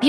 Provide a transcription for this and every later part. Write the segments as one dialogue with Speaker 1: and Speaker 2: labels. Speaker 1: 美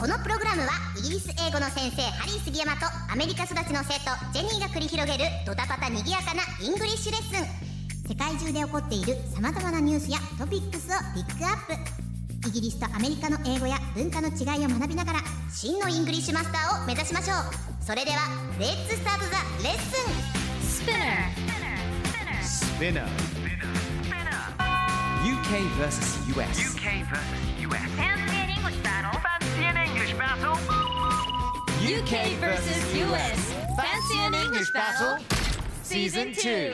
Speaker 2: このプログラムはイギリス英語の先生ハリー杉山とアメリカ育ちの生徒ジェニーが繰り広げるドタパタにぎやかなイングリッシュレッスン世界中で起こっているさまざまなニュースやトピックスをピックアップイギリスとアメリカの英語や文化の違いを学びながら真のイングリッシュマスターを目指しましょうそれではレッツスタートザレッスン
Speaker 3: Spinner. UK versus US.
Speaker 4: UK versus US. Fancy an English battle. Fancy an English battle.
Speaker 3: UK versus US.
Speaker 4: Fancy an English battle.
Speaker 3: Season 2.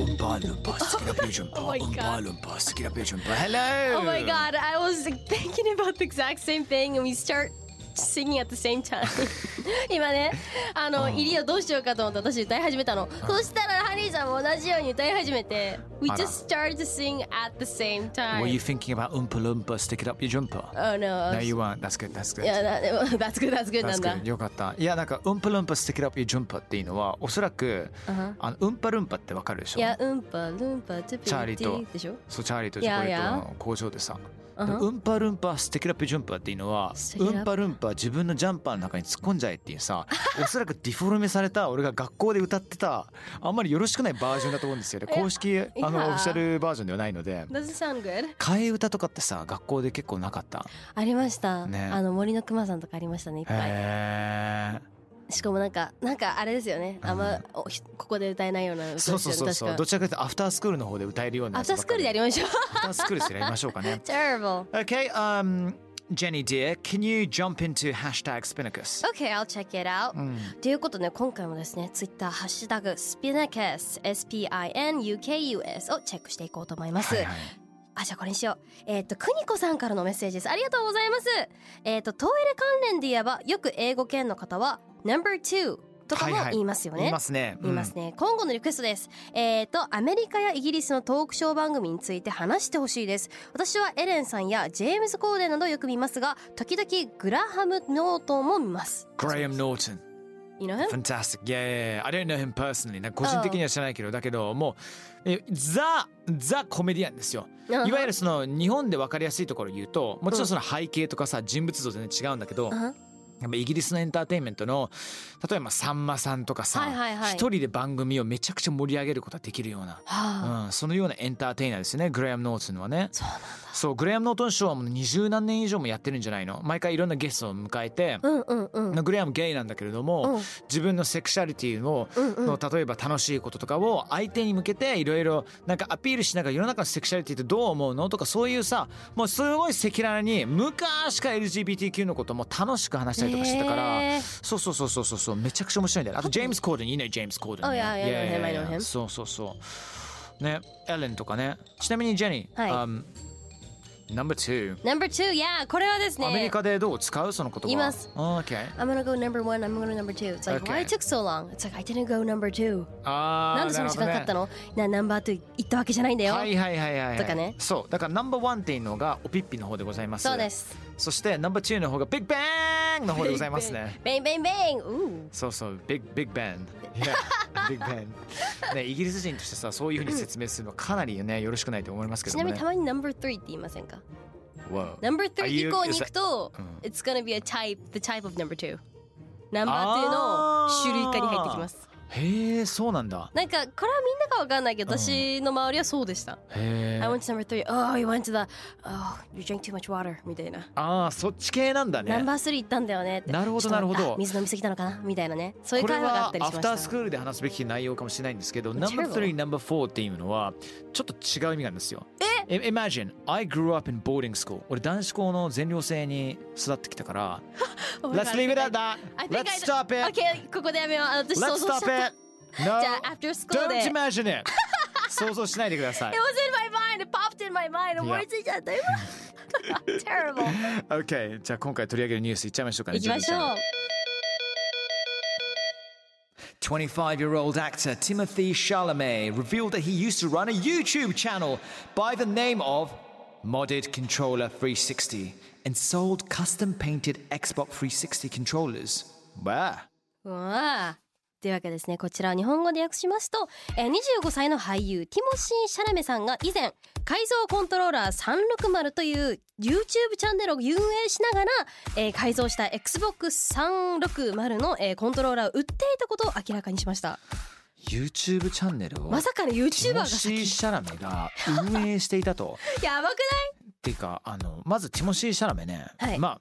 Speaker 3: オンパールンパ好きなページョンパ
Speaker 5: Oh my
Speaker 3: オンパ
Speaker 5: God.
Speaker 3: ールンパ好きなページョンパ Hello!
Speaker 5: Oh my god, I was like, thinking about the exact same thing and we start singing at the same time. 今ね、あの、入りをどうしようかと思って私歌い始めたの。そしたらハニーさんも同じように歌い始めて、We
Speaker 3: あら
Speaker 5: just started to sing at the same
Speaker 3: Were you
Speaker 5: time.
Speaker 3: thinking about Oompa Loompa stick it up your jumper?
Speaker 5: Oh no.
Speaker 3: No, you weren't. That's good. That's good.
Speaker 5: いや、だ that's good, that's good なん
Speaker 3: 確か
Speaker 5: だ。
Speaker 3: によかったいやなんか「ウンパルンパステキラピージュンパ」っていうのはおそらく、
Speaker 5: うん
Speaker 3: あのウンパルンパってわかるでしょ
Speaker 5: いや、うんぱ、ルンパ、チュピ
Speaker 3: チャーリーと
Speaker 5: ティでしょ
Speaker 3: そうチャーリーとチョコレート
Speaker 5: いやい
Speaker 3: の工場でさ「
Speaker 5: うん
Speaker 3: ウンパルンパステキラピージュンパ」っていうのは
Speaker 5: ス
Speaker 3: 「
Speaker 5: テキラ
Speaker 3: ウンパルンパ自分のジャンパーの中に突っ込んじゃえ」っていう さおそらくディフォルメされた俺が学校で歌ってたあんまりよろしくないバージョンだと思うんですよね公式あのオフィシャルバージョンではないので
Speaker 5: Doesn't sound good?
Speaker 3: 替え歌とかってさ学校で結構なかった
Speaker 5: ありました。
Speaker 3: ね
Speaker 5: あの森の熊さんとかありましたね、いっぱい。
Speaker 3: へえ
Speaker 5: しかもなんか、なんかあれですよね。あんま、おひここで歌えないような歌です
Speaker 3: そ
Speaker 5: よ
Speaker 3: う
Speaker 5: ね。
Speaker 3: そうそうそう
Speaker 5: 確か
Speaker 3: どちらかというとアフタースクールの方で歌えるような
Speaker 5: ア
Speaker 3: や
Speaker 5: フ
Speaker 3: つ
Speaker 5: タ
Speaker 3: ば
Speaker 5: ー
Speaker 3: っ
Speaker 5: ス
Speaker 3: か
Speaker 5: クールでやりましょ
Speaker 3: That's good. Let's
Speaker 5: う。
Speaker 3: wrap it up now.
Speaker 5: Terrible.
Speaker 3: Okay, um, Jenny dear, can you jump into hashtag Spinnacus?
Speaker 5: Okay, I'll check it out. ということで今回もですね、ツイッターハッシュタグスピナケス S P I N U K U S をチェックしていこうと思います。
Speaker 3: はいはい
Speaker 5: あじゃあこれにしよう。えっ、とくにこさんからのメッセージです。ありがとうございます。えっ、とトイレ関連で言えばよく英語圏の方は Number Two とかも
Speaker 3: はいはい
Speaker 5: 言いますよね。
Speaker 3: 言いますね。
Speaker 5: 言いますね、今後のリクエストですえっ、とアメリカやイギリスのトークショー番組について話してほしいです私はエレンさんやジェームズ・コーデンなどよく見ますが時々グラハム・ノートンも見ます
Speaker 3: Graham Norton.
Speaker 5: You know him?
Speaker 3: Fantastic. Yeah, yeah, yeah. I don't know him personally. なんか個人的には知らないけど、だけどもう、えザ、ザコメディアンですよ。いわゆるその日本で分かりやすいところを言うと、もちろんその背景とかさ、人物像全然違うんだけど、
Speaker 5: うん
Speaker 3: やっぱイギリスのエンターテインメントの例えばさんまさんとかさ
Speaker 5: はいはいはい
Speaker 3: 一人で番組をめちゃくちゃ盛り上げることができるような
Speaker 5: はあ、
Speaker 3: うん、そのようなエンターテイナーですよねグレアム・ノートンはね
Speaker 5: そうなんだ
Speaker 3: そうグレアム・ノートン賞はもう二十何年以上もやってるんじゃないの毎回いろんなゲストを迎えて、
Speaker 5: うんうんうん
Speaker 3: グレアムゲイなんだけれども、
Speaker 5: うん
Speaker 3: 自分のセクシャリティを
Speaker 5: うんうん
Speaker 3: の例えば楽しいこととかを相手に向けていろいろなんかアピールしながら世の中のセクシャリティってどう思うのとかそういうさもうすごい赤裸々に昔から LGBTQ のことも楽しく話したりとかしてたから、
Speaker 5: へー
Speaker 3: そうそうそうそうそうそうめちゃくちゃ面白いんだよ。あとジェームス・コーデン、いいねジェームス・コーデン。
Speaker 5: Oh, yeah, I know him, I know him.
Speaker 3: そうそうそう。ね、エレンとかね。ちなみにジェニー、
Speaker 5: はい
Speaker 3: um, number two。
Speaker 5: Number two, yeah これはですね
Speaker 3: アメリカでどう使うその言葉は。
Speaker 5: います。
Speaker 3: Okay.
Speaker 5: I'm gonna go number one, I'm gonna go number two It's like、
Speaker 3: Okay.
Speaker 5: why it took so long? It's like I didn't go number two
Speaker 3: ああ。
Speaker 5: なんでその時間かかった
Speaker 3: の
Speaker 5: のなナンバー2行ったわけじゃないんだよ、
Speaker 3: はいはいはいはいはい。
Speaker 5: とかね
Speaker 3: そう、だからナンバーワンっていうのがおぴっぴの方でございます。
Speaker 5: そうで。す
Speaker 3: そしてナンバーツーの方がビッグバンの方でございますね。
Speaker 5: ベインベインベインうー
Speaker 3: そうそう、ビッグビッグバン。ビッグバン。ね、イギリス人としてさ、そういうふうに説明するのはかなりね、よろしくないと思いますけ
Speaker 5: ち
Speaker 3: ど
Speaker 5: な
Speaker 3: も
Speaker 5: み
Speaker 3: ね。
Speaker 5: にたまに number three って言いませんか
Speaker 3: Whoa.
Speaker 5: number
Speaker 3: Are
Speaker 5: three
Speaker 3: you-
Speaker 5: 以降に行くと
Speaker 3: うん
Speaker 5: it's gonna be a type the type of number two number two の種類化に入ってきます
Speaker 3: へえそうなんだ
Speaker 5: なんかこれはみんなかわかんないけど、
Speaker 3: うん
Speaker 5: 私の周りはそうでした。
Speaker 3: へ
Speaker 5: I
Speaker 3: え
Speaker 5: went to number three. Oh, you went to the. Oh, you drank too much water. みたいな。
Speaker 3: ああそっち系なんだ
Speaker 5: ナン
Speaker 3: ね
Speaker 5: バースリー行ったんだよねって。
Speaker 3: なるほどなるほ
Speaker 5: ちょっとあ
Speaker 3: ど
Speaker 5: 水飲みすぎたのかなみたいなね。そういう
Speaker 3: これ
Speaker 5: 会話があ
Speaker 3: は
Speaker 5: ったり
Speaker 3: ア
Speaker 5: し
Speaker 3: フ
Speaker 5: ました。
Speaker 3: タースクールで話すべき内容かもしれないんですけど
Speaker 5: Terrible.
Speaker 3: Number 3 Number 4っていうのはちょっと違う意味があるんですよえ Imagine I grew up in boarding school 俺男子校の全寮制に育ってきたから
Speaker 5: Oh my God,
Speaker 3: Let's leave it at that
Speaker 5: I think I-
Speaker 3: Let's stop it
Speaker 5: Okay, ここでやめよう。あ私
Speaker 3: Let's
Speaker 5: 想像
Speaker 3: stop
Speaker 5: しちゃった。
Speaker 3: it No
Speaker 5: じゃあ、after school で。
Speaker 3: Don't
Speaker 5: It was
Speaker 3: imagine it 想像しないでください
Speaker 5: in my mind. It popped in my mind. 思いついちゃった。今 Terrible.
Speaker 3: OK じゃあ今回取り上げるニュースいっちゃいましょうかね
Speaker 5: 行きましょう。
Speaker 3: 25 year old actor Timothy Chalamet revealed that he used to run a YouTube channel by the name of Modded Controller 360 and sold custom painted Xbox 360 controllers. Wow.
Speaker 5: うわあというわけですねこちらは日本語で訳しますと、えー、25歳の俳優ティモシー・シャラメさんが以前改造コントローラー360という YouTube チャンネルを運営しながら、えー改造した XBOX360 の、えーコントローラーを売っていたことを明らかにしました
Speaker 3: YouTube チャンネルを
Speaker 5: まさかの YouTuber
Speaker 3: ティ
Speaker 5: が
Speaker 3: モシー・
Speaker 5: 先
Speaker 3: シャラメが運営していたと。
Speaker 5: やばく
Speaker 3: っていうかあのまずティモシー・シャラメね、
Speaker 5: はい
Speaker 3: まあ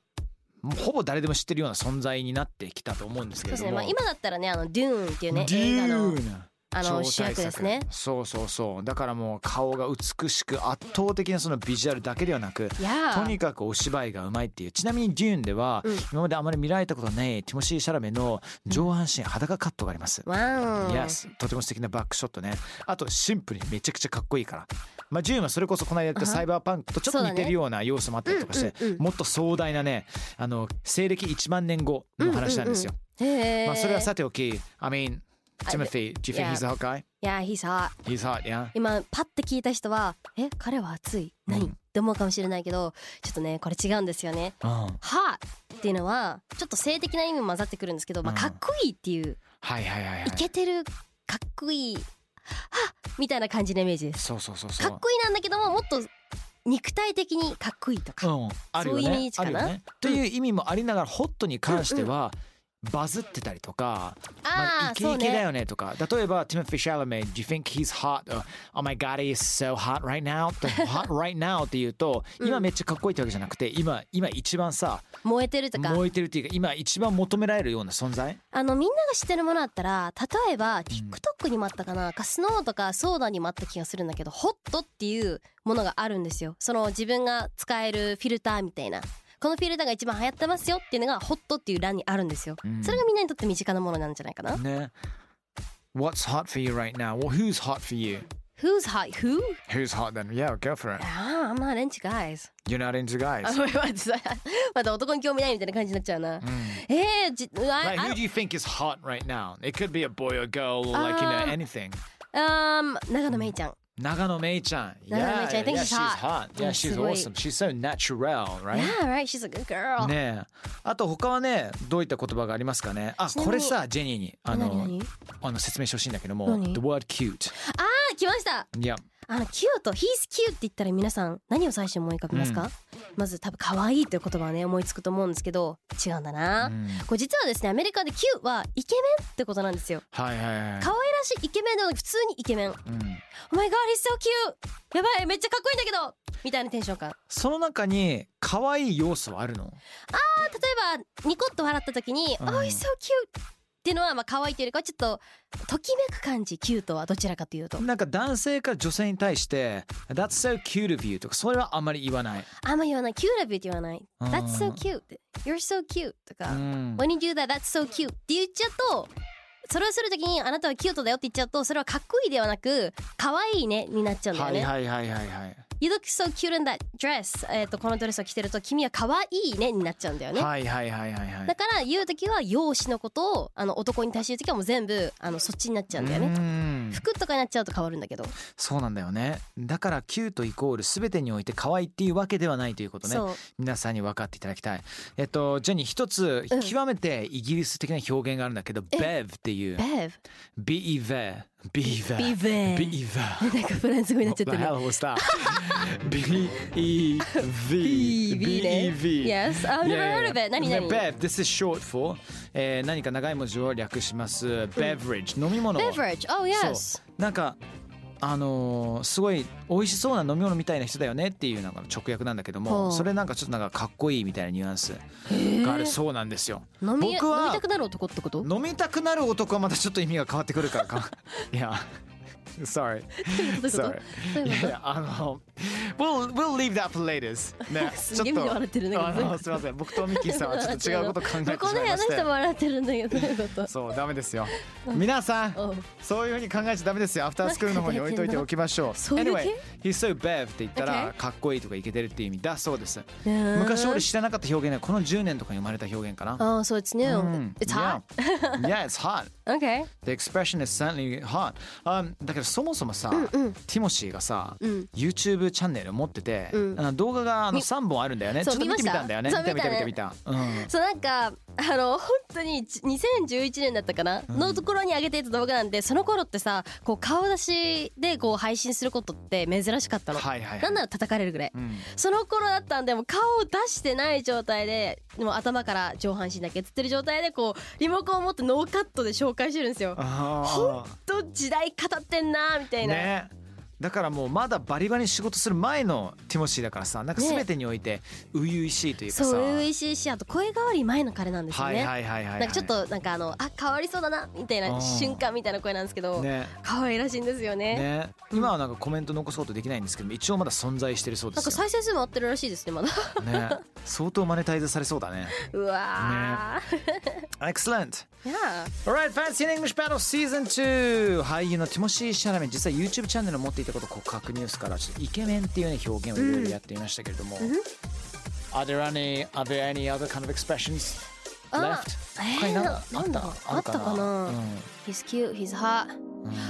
Speaker 3: もうほぼ誰でも知ってるような存在になってきたと思うんですけ
Speaker 5: ないそ
Speaker 3: れど
Speaker 5: うですね、
Speaker 3: も。
Speaker 5: まあ、今だったらねあのデューンっていうね
Speaker 3: デ
Speaker 5: 映画
Speaker 3: ュ
Speaker 5: の
Speaker 3: ーン
Speaker 5: あ
Speaker 3: 超
Speaker 5: の
Speaker 3: 大
Speaker 5: 主役
Speaker 3: 作
Speaker 5: ですね
Speaker 3: そうそうそうだからもう顔が美しく圧倒的なそのビジュアルだけではなく
Speaker 5: いや
Speaker 3: とに
Speaker 5: ー
Speaker 3: かくお芝居がうまいっていうちなみに「デューン」では、
Speaker 5: うん
Speaker 3: 今まであまり見られたことのないティモシー・シャラメの上半身裸カットがあります。
Speaker 5: わーん
Speaker 3: Yes とても素敵なバックショットねあとシンプルにめちゃくちゃかっこいいから、まあ、ジューンはそれこそこの間やったサイバーパンクとちょっと似てるような要素もあったりとかして、
Speaker 5: うんうんうん
Speaker 3: もっと壮大なねあの西暦1万年後の話なんですよ、
Speaker 5: へー
Speaker 3: まあ、それはさておき I mean Timothy do you think
Speaker 5: yeah.
Speaker 3: he's a hot guy?
Speaker 5: いやー he's hot
Speaker 3: He's hot yeah
Speaker 5: 今パッて聞いた人は「え彼は熱い何?」
Speaker 3: うん
Speaker 5: って思うかもしれないけどちょっとねこれ違うんですよね。
Speaker 3: うん
Speaker 5: はっていうのはちょっと性的な意味も混ざってくるんですけど、まあ、
Speaker 3: うん
Speaker 5: かっこいいっていう
Speaker 3: はいはいはいはい
Speaker 5: イケてるかっこいいはみたいな感じのイメージです。
Speaker 3: そうそうそうそう
Speaker 5: かっこいいなんだけどももっと肉体的にかっこいいとか。
Speaker 3: うん、あるよね
Speaker 5: そういうイメージかな
Speaker 3: あるよねという意味もありながらホットに関しては、バズってたりとか、ま
Speaker 5: あ
Speaker 3: あ、
Speaker 5: あ
Speaker 3: イケ
Speaker 5: そう
Speaker 3: イケだ
Speaker 5: ね。
Speaker 3: よねとか例えば Timothy Chalamet「Do you think he's hot?」「Oh my god he is so hot right now」と「hot right now」って言うと今めっちゃかっこいいってわけじゃなくて今今一番さ
Speaker 5: 燃えてるとか
Speaker 3: 燃えてるっていうか今一番求められるような存在
Speaker 5: あのみんなが知ってるものだったら例えば TikTok にもあったかなかスノーとかソーダにもあった気がするんだけどホットっていうものがあるんですよその自分が使えるフィルターみたいなこのフィルターが一番流行ってますよっていうのがホットっていう欄にあるんですよ、
Speaker 3: うん
Speaker 5: それがみんなにとって身近なものなんじゃないかな、
Speaker 3: ね What's hot for you right now? Well, who's hot for you?
Speaker 5: Who's hot? Who?
Speaker 3: Who's hot then? Yeah, go for it.
Speaker 5: Ah, I'm not into guys
Speaker 3: You're not into guys.
Speaker 5: あごめん待ってさまた男に興味ないみたいな感じになっちゃうな、えー、じうわ
Speaker 3: Like,
Speaker 5: あ
Speaker 3: who do you think is hot right now? It could be a boy or girl, or like you know
Speaker 5: Um,
Speaker 3: anything.
Speaker 5: あー長野めいちゃん
Speaker 3: Nagano Mei-chan.
Speaker 5: Nagano
Speaker 3: Yeah,
Speaker 5: Mei-chan, I think
Speaker 3: yeah,
Speaker 5: she's
Speaker 3: she's
Speaker 5: hot.
Speaker 3: hot. Yeah,
Speaker 5: Yeah,
Speaker 3: she's
Speaker 5: すごい
Speaker 3: awesome. She's so natural, right?
Speaker 5: Yeah right she's a good girl
Speaker 3: ねえ。あと他はね、どういった言葉がありますかね。あ、
Speaker 5: ちなみに
Speaker 3: これさ、ジェニーにあ
Speaker 5: 何
Speaker 3: の
Speaker 5: 何
Speaker 3: あの説明してほしいんだけども、
Speaker 5: 何
Speaker 3: the word cute。
Speaker 5: あー来ました
Speaker 3: いや、
Speaker 5: あのキュート、he's cute って言ったら皆さん何を最初に思い浮かべますか、まず多分可愛いという言葉はね思いつくと思うんですけど違うんだな、
Speaker 3: うん
Speaker 5: これ実はですねアメリカでキューはイケメンってことなんですよ
Speaker 3: はいはいはい
Speaker 5: 可愛らしいイケメンではなく普通にイケメン Oh
Speaker 3: うん。
Speaker 5: my god he's so cute やばいめっちゃかっこいいんだけどみたいなテンション感あ
Speaker 3: その中に可愛い要素はあるの？
Speaker 5: ー例えばニコッと笑った時に
Speaker 3: う
Speaker 5: Oh
Speaker 3: ん
Speaker 5: he's so cute っていうのはまあ可愛いというよりかはちょっとときめく感じキュートはどちらかというと
Speaker 3: なんか男性から女性に対して、that's so cute of you とかそれはあまり言わない。
Speaker 5: あんま言わない cute love you って言わない
Speaker 3: うん
Speaker 5: That's so cute You're so cute とか、
Speaker 3: うん。
Speaker 5: When you do that, that's so cute って言っちゃうとそれをするときにあなたはキュートだよって言っちゃうとそれはかっこいいではなく可愛いねになっちゃうんだよ
Speaker 3: は
Speaker 5: ね。
Speaker 3: いはいはいはいはい。
Speaker 5: You look so cute in that dress えっ、とこのドレスを着てると君は可愛いねになっちゃうんだよね。
Speaker 3: はいはいはいはいはい
Speaker 5: だ。から言うときは容姿のことをあの男に対して言うときはもう全部あのそっちになっちゃうんだよね。
Speaker 3: うん
Speaker 5: 服とかになっちゃうと変わるんだけど、
Speaker 3: そうなんだよねだからキュートイコール全てにおいて可愛いっていうわけではないということね
Speaker 5: そう
Speaker 3: 皆さんに分かっていただきたいえっとジェニー一つ
Speaker 5: うん
Speaker 3: 極めてイギリス的な表現があるんだけど、ベ BEV っていう
Speaker 5: Bev
Speaker 3: BEV BEV
Speaker 5: Bev
Speaker 3: BEV
Speaker 5: なんかフランス語になっちゃって
Speaker 3: What
Speaker 5: る
Speaker 3: the
Speaker 5: ね。
Speaker 3: hell was that? BEV
Speaker 5: Bev ね Yes, I've never heard of it 何々
Speaker 3: BEV this is short for えー何か長い文字を略します。beverage、飲み物を。
Speaker 5: Beverage. Oh,
Speaker 3: そ
Speaker 5: yes.
Speaker 3: うなんかあのーすごい美味しそうな飲み物みたいな人だよねっていうなんか直訳なんだけど
Speaker 5: ほ
Speaker 3: も
Speaker 5: う
Speaker 3: それなんかちょっとなんかかっこいいみたいなニュアンスがあるそうなんですよ。
Speaker 5: 飲み飲み
Speaker 3: 僕は
Speaker 5: たくなる男ってこと
Speaker 3: 飲みたくなる男はまたちょっと意味が変わってくるから かいや sorry sorry いや
Speaker 5: どういうことどういうことどういうこ
Speaker 3: いやあの we'll, we'll leave that for later ね
Speaker 5: と すげえみんな笑ってるんだ
Speaker 3: あ
Speaker 5: けど
Speaker 3: のすみません僕とミッキーさんはちょっと違うこと考えてし
Speaker 5: 向こう
Speaker 3: ま
Speaker 5: の部
Speaker 3: いま
Speaker 5: 屋の
Speaker 3: して
Speaker 5: 人も笑ってるんだけどどういうこと
Speaker 3: そうダメですよ皆さん
Speaker 5: おう
Speaker 3: そういうふうに考えちゃダメですよアフタースクールの方に置いといておきましょう
Speaker 5: そういう系
Speaker 3: anyway he's so bev って言ったらかっこいいとかいけてるっていう意味だそうです昔俺知らなかった表現でこの10年とかに生まれた表現かな
Speaker 5: Oh, so it's new.
Speaker 3: うん
Speaker 5: It's hot.
Speaker 3: yeah. yeah, it's hot.
Speaker 5: Okay.
Speaker 3: The expression is certainly hot. あだけどそもそもさ、ティモシーがさ、YouTube チャンネルを持ってて、あの動画があの3本あるんだよね。ち
Speaker 5: そ
Speaker 3: ょ
Speaker 5: う
Speaker 3: っと見てみたんだよね。見
Speaker 5: 見ましたた
Speaker 3: 見た見た見た。うん
Speaker 5: そうなんかあの本当にじ2011年だったかな、のところに上げていた動画なんでその頃ってさこう顔出しでこう配信することって珍しかったの、
Speaker 3: はいはいはい
Speaker 5: なんなら叩かれるぐらい、その頃だったんでもう顔を出してない状態ででも頭から上半身だけつってる状態でこうリモコンを持ってノーカットで紹介してるんですよ。
Speaker 3: あー
Speaker 5: と時代語ってんなーみたいな、
Speaker 3: ねだからもうまだバリバリ仕事する前のティモシーだからさなんか
Speaker 5: ね
Speaker 3: 全てにおいて初々しいというか
Speaker 5: そ
Speaker 3: さ、
Speaker 5: う初々しいしあと声変わり前の彼なんですよ
Speaker 3: は
Speaker 5: ね。
Speaker 3: いはいはいはいはい
Speaker 5: なんかちょっとなんかあのあ変わりそうだなみたい
Speaker 3: あー
Speaker 5: な瞬間みたいな声なんですけど、
Speaker 3: ね
Speaker 5: 可愛らしいんですよね
Speaker 3: ね今はなんかコメント残そうとできないんですけど一応まだ存在してるそうで
Speaker 5: なん
Speaker 3: す
Speaker 5: か
Speaker 3: よ
Speaker 5: 再生数も合ってるらしいですね まだ
Speaker 3: ね相当マネタイズされそうだね
Speaker 5: うわー、
Speaker 3: Excellent
Speaker 5: いや
Speaker 3: Alright Fancy in English Battle Season 2俳優のティモシー・シャラメン実は YouTube チャンネルを持っていたことを告白ニュースからちょっとイケメンっていう、ね、表現をいろいろやっていましたけれども、Are there any are there any other kind of expressions
Speaker 5: あ
Speaker 3: left?
Speaker 5: ー
Speaker 3: 他
Speaker 5: え
Speaker 3: に
Speaker 5: ー、
Speaker 3: なん
Speaker 5: な
Speaker 3: か
Speaker 5: なんだ
Speaker 3: あ
Speaker 5: あ
Speaker 3: っ
Speaker 5: ったた
Speaker 3: か
Speaker 5: か
Speaker 3: な
Speaker 5: な
Speaker 3: うん
Speaker 5: He's cute, he's hot、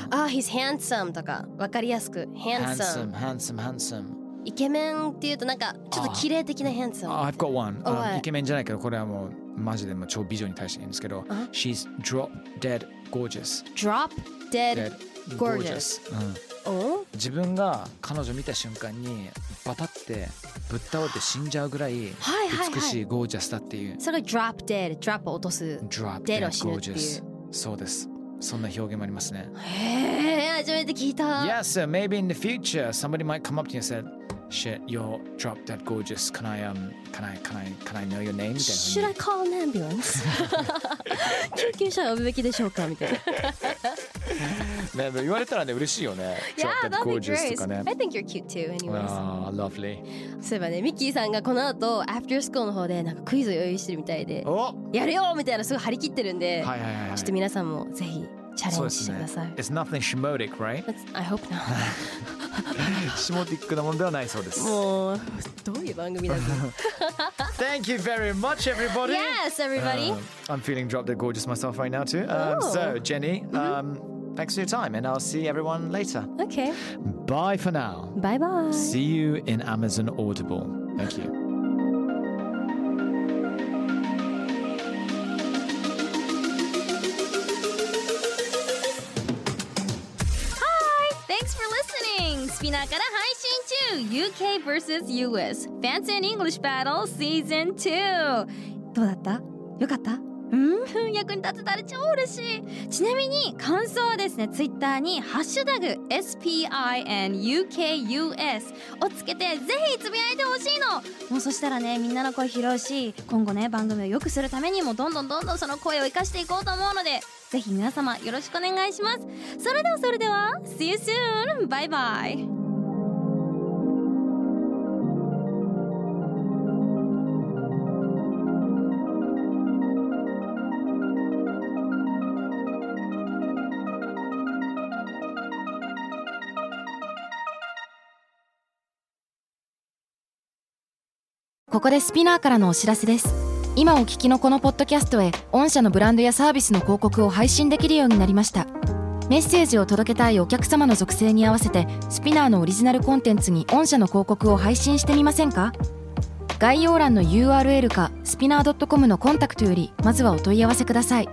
Speaker 5: あ、He's handsome とかわかりやすく
Speaker 3: Handsome
Speaker 5: handsome
Speaker 3: Handsome Handsome
Speaker 5: イケメンっていうとなんかちょっと綺麗的な handsome
Speaker 3: I've got one あの
Speaker 5: Alright
Speaker 3: イケメンじゃないけどこれはもうマジでもう超美女に対して言うんですけど She's drop dead gorgeous
Speaker 5: drop
Speaker 3: dead
Speaker 5: dead gorgeous
Speaker 3: gorgeous うん
Speaker 5: お
Speaker 3: 自分が彼女見た瞬間にバタってぶっ倒れて死んじゃうぐらい
Speaker 5: はいはいはい
Speaker 3: 美しいゴージャスだっていう
Speaker 5: それが drop dead drop を落とす
Speaker 3: Drop
Speaker 5: dead
Speaker 3: dead
Speaker 5: を死ぬっていう
Speaker 3: gorgeous そうですそんな表現もありますね
Speaker 5: へえ初めて聞いた
Speaker 3: Yes, uh, maybe in the future somebody might come up to you and say Shit, you're drop dead gorgeous. Can I, um, can I, can I, can I know your name? みたいな
Speaker 5: Should I call an ambulance? 救急車を呼ぶべきでしょうかみたいな。
Speaker 3: ね、でも言われたらね、嬉しいよね。
Speaker 5: Yeah,
Speaker 3: drop dead
Speaker 5: that'd be
Speaker 3: gorgeous と
Speaker 5: great.
Speaker 3: かね
Speaker 5: I。think you're cute too, anyways.
Speaker 3: ああ、lovely。
Speaker 5: そういえばね、ミッキーさんがこの後、After School の方でなんかクイズを用意してるみたいで、
Speaker 3: おは
Speaker 5: やるよみたいなすごい張り切ってるんで、
Speaker 3: いはいはいはい。
Speaker 5: ちょっと皆さんもぜひチャ
Speaker 3: そう
Speaker 5: レン
Speaker 3: で
Speaker 5: ジし
Speaker 3: す
Speaker 5: てく
Speaker 3: ね
Speaker 5: ださい。。
Speaker 3: It's nothing shimotic, right?
Speaker 5: That's- I hope not.
Speaker 3: シモティックなもんではないそうです。
Speaker 5: もう、 どういう番組だろう
Speaker 3: Thank you very much, everybody.
Speaker 5: Yes, everybody!
Speaker 3: Um, I'm feeling drop dead gorgeous myself right now too. Um,
Speaker 5: Oh.
Speaker 3: so Jenny, um, thanks for your time, and I'll see everyone later.
Speaker 5: Okay,
Speaker 3: Bye for now.
Speaker 5: bye bye!
Speaker 3: See you in Amazon Audible. Thank you.
Speaker 6: Hi! Thanks for listening! スピナーから配信中 !UK vs.US Fancy and English Battle Season 2! どうだったよかったうん役に立てたら超嬉しいちなみに感想はですね、Twitter にハッシュタグ SPINUKUS をつけてぜひつぶやいてほしいのもうそしたらね、みんなの声拾うし、今後ね、番組を良くするためにもどんどんどんどんその声を生かしていこうと思うので、ぜひ皆様よろしくお願いします。それではそれでは See you soon! バイバイ
Speaker 7: ここでスピナーからのお知らせです今お聞きのこのポッドキャストへ御社のブランドやサービスの広告を配信できるようになりましたメッセージを届けたいお客様の属性に合わせてスピナーのオリジナルコンテンツに御社の広告を配信してみませんか概要欄の URL かスピナー .com のコンタクトよりまずはお問い合わせください